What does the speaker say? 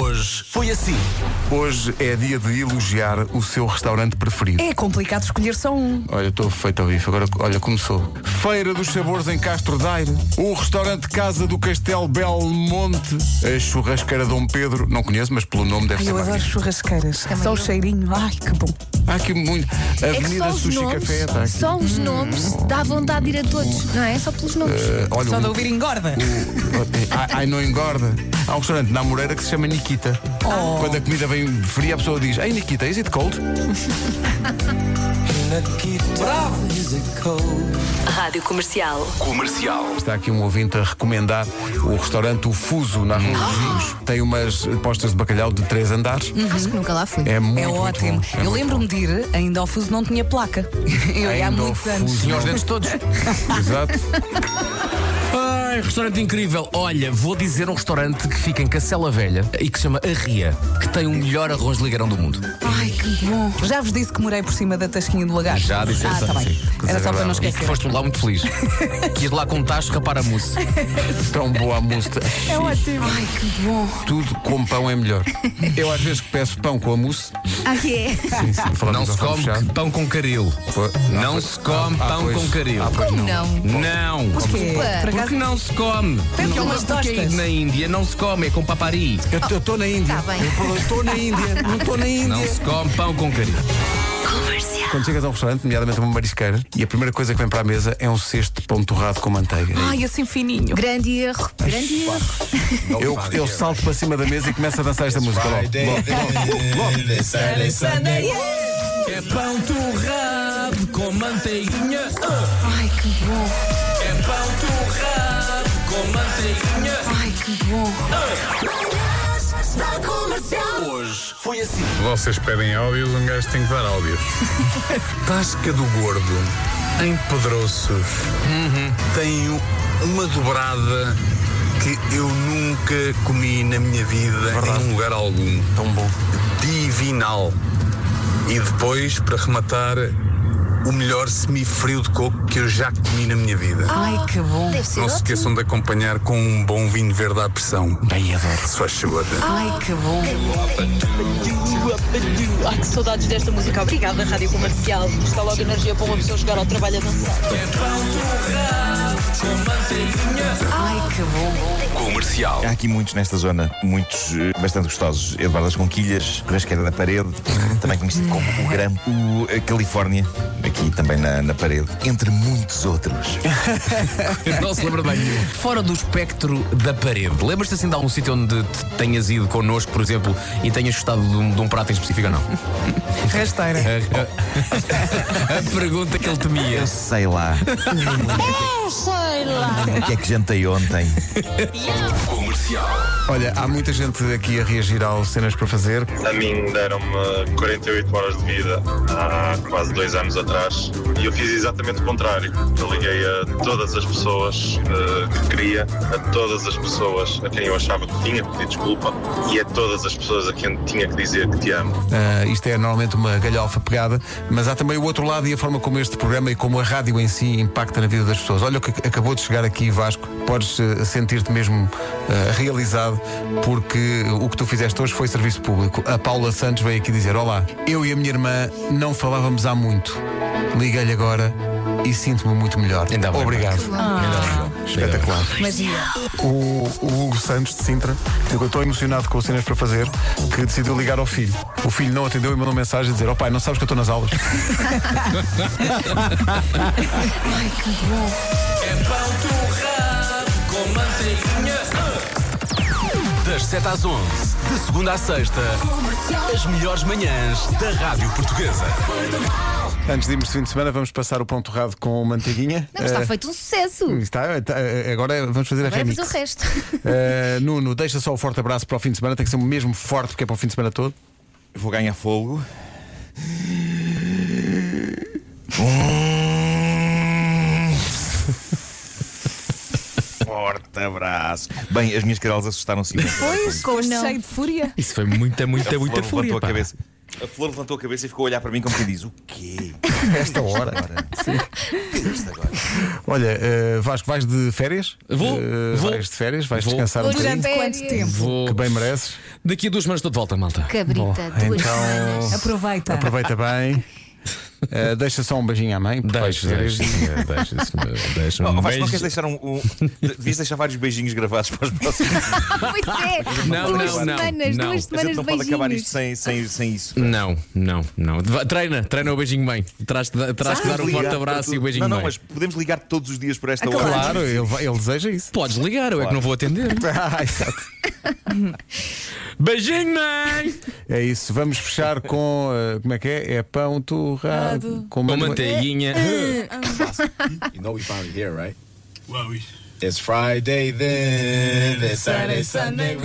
Hoje foi assim. Hoje é dia de elogiar o seu restaurante preferido. É complicado escolher só um. Olha, estou feito ao bife. Agora, olha, começou. Feira dos Sabores em Castro Daire. O restaurante Casa do Castelo Belmonte. A churrasqueira Dom Pedro. Não conheço, mas pelo nome deve Ai, ser eu adoro magnífico. churrasqueiras. Só o cheirinho. Ai, que bom. Há aqui muito. É que só Avenida os Sushi nomes, Café. tá? Está aqui. só os nomes dá vontade de ir a todos, não é? Só pelos nomes. Eh, olha, Só um- de ouvir engorda. Ai, ai, não engorda. Há um restaurante na Moreira que se chama Nikita. Quando a comida vem fria, a pessoa diz: Ei, Nikita, is it cold? Rádio Comercial. Está aqui um ouvinte a recomendar o restaurante O Fuso na Rua dos Vinhos. Tem umas postas de bacalhau de três andares. Acho que nunca lá fui. É muito É muito ótimo. bom. É eu muito lembro-me de ir, ainda ao fuso não tinha placa. Eu ia há Ainda ao muitos fuso. anos. Tinha os dentes todos. bom. Exato. Ai, restaurante incrível. Olha, vou dizer um restaurante que fica em Cacela Velha e que se chama Arria, que tem o melhor arroz de ligarão do mundo. Ai, que bom. Já vos disse que morei por cima da tasquinha do lagarto. Já disseste, assim. Ah, tá bem. sim. é Era só para não E que esquecer. foste lá muito feliz. que ias lá com um tacho rapar a mousse. Tão boa a mousse. É ótimo. Ai, que bom. Tudo com pão é melhor. Eu às vezes que peço pão com a mousse. Ah, que é? Sim, sim. falar Não no se microfone come fechado. pão com caril. Pô, Não pois- se come ah, pão pois- com caril. ah, pois Como não. não? Não. Porquê? Desculpa. é? Por acaso, Porque não se come. Tem Porque umas porque é tostas. na Índia não se come, é com papari. Eu estou na Índia. Tá bem. Eu estou na Índia. Não estou na Índia. Não se come pão com caril. Quando chegas a um restaurante, nomeadamente a uma marisqueira, e a primeira coisa que vem para a mesa é um cesto de pão torrado com manteiga. Ai, assim fininho. Grande erro. Grande erro. Eu, eu salto para cima da mesa e começo a dançar esta música. Logo, logo, logo, logo. É pão torrado com manteiguinha. Ai, que bom. É pão torrado com manteiguinha. Ai, que bom. Vocês pedem áudios, um gajo tem que dar áudios. Tasca do Gordo, em Pedroços, Uhum. tem u- uma dobrada que eu nunca comi na minha vida em um lugar algum. Tão bom. Divinal. E depois, para rematar, o melhor semifrio de coco que eu já comi na minha vida. Ai, que bom. Deve ser Não se ótimo. esqueçam de acompanhar com um bom vinho verde à pressão. Bem, adoro. Se faz favor. Ai, que bom. Ai, que saudades desta música. Obrigada, Rádio Comercial. Está logo energia para uma pessoa chegar ao trabalho a dançar. Ai, que bom. Há aqui muitos nesta zona, muitos eh, bastante gostosos. Eduardo das Conquilhas, Rasqueira da Parede, também conhecido como o Grampo, o eh, Califórnia, aqui também na, na parede, entre muitos outros. Não se lembra bem nenhum. Fora do espectro da parede, lembras-te assim de algum sítio onde te tenhas ido connosco, por exemplo, e tenhas gostado de um, de um prato em específico ou não? Rasteira. A, a- a pergunta que ele temia. Eu sei lá. Eu sei lá. O que é que jantei ontem? Olha, há muita gente aqui a reagir ao cenas para fazer. A mim deram-me 48 horas de vida há quase dois anos atrás e eu fiz exatamente o contrário. Eu liguei a todas as pessoas eh, que queria, a todas as pessoas a quem eu achava que tinha que pedir desculpa e a todas as pessoas a quem tinha que dizer que te amo. Ah, isto é normalmente uma galhofa pegada, mas há também o outro lado e a forma como este programa e como a rádio em si impacta na vida das pessoas. Olha o que acabou de chegar aqui, Vasco. Podes eh, sentir-te mesmo ah, realizado, porque o que tu fizeste hoje foi serviço público. A Paula Santos veio aqui dizer: Olá, eu e a minha irmã não falávamos há muito. Liguei-lhe agora e sinto-me muito melhor. Ainda bem, Obrigado. Ah, Espetacular. Magia. O, o Hugo Santos de Sintra, eu estou emocionado com as cenas para fazer, que decidiu ligar ao filho. O filho não atendeu e mandou mensagem a dizer: Ó pai, não sabes que eu estou nas aulas? Das 7 às 11, de segunda à sexta, as melhores manhãs da Rádio Portuguesa. Antes de irmos de fim de semana, vamos passar o pão torrado com manteiguinha. Não, mas está Eh, feito um sucesso. está, está, eh, agora vamos fazer a Agora remix. fiz o resto. Eh, Nuno, deixa só o forte abraço para o fim de semana, tem que ser mesmo forte porque é para o fim de semana todo. Eu Vou ganhar fogo. Hum. Forte abraço. Bem, as minhas cadelas assustaram-se. Pois, com este cheio de fúria. Isso foi muita, muita, A muita flor levantou fúria. a cabeça. A flor levantou a cabeça e ficou a olhar para mim como quem diz: O quê? é Esta hora. Olha, eh, Vasco, vais de férias? Vou, Eh, vou. Vais de férias, vais Vou. descansar um Vou bocadinho. jantar. Durante quanto tempo? Vou. Que bem mereces. Daqui a duas semanas estou de volta, malta. Cabrita, duas então- semanas. Tá. Aproveita. Aproveita bem. Eh, deixa só um beijinho à mãe. porque vais Deixa, fazer deixa, isto. senhora, deixa, senhora, deixa. Oh, Um Vasco, não beijo. queres deixar um. um devias deixar vários beijinhos gravados para os próximos. Pois é, Não, duas não, não, semanas, não. duas A semanas gente de não pode acabar isto beijinhos. sem, sem, sem isso. Não, não, não. Vá, Treina, treina o beijinho mãe. Terás que dar terás que dar um Ligar forte para abraço tudo. e o beijinho Não, não, mãe. mas podemos ligar todos os dias por esta hora. Claro, ele, vai- ele deseja isso. Podes ligar, eu é que não vou atender. Ah, exato. Beijinho mãe! É isso. Vamos fechar com. eh, como é que é? É pão torrado. Com Com mante- manteiguinha. You know we finally here, right? Well, we. It's Friday then. It's Saturday, Sunday.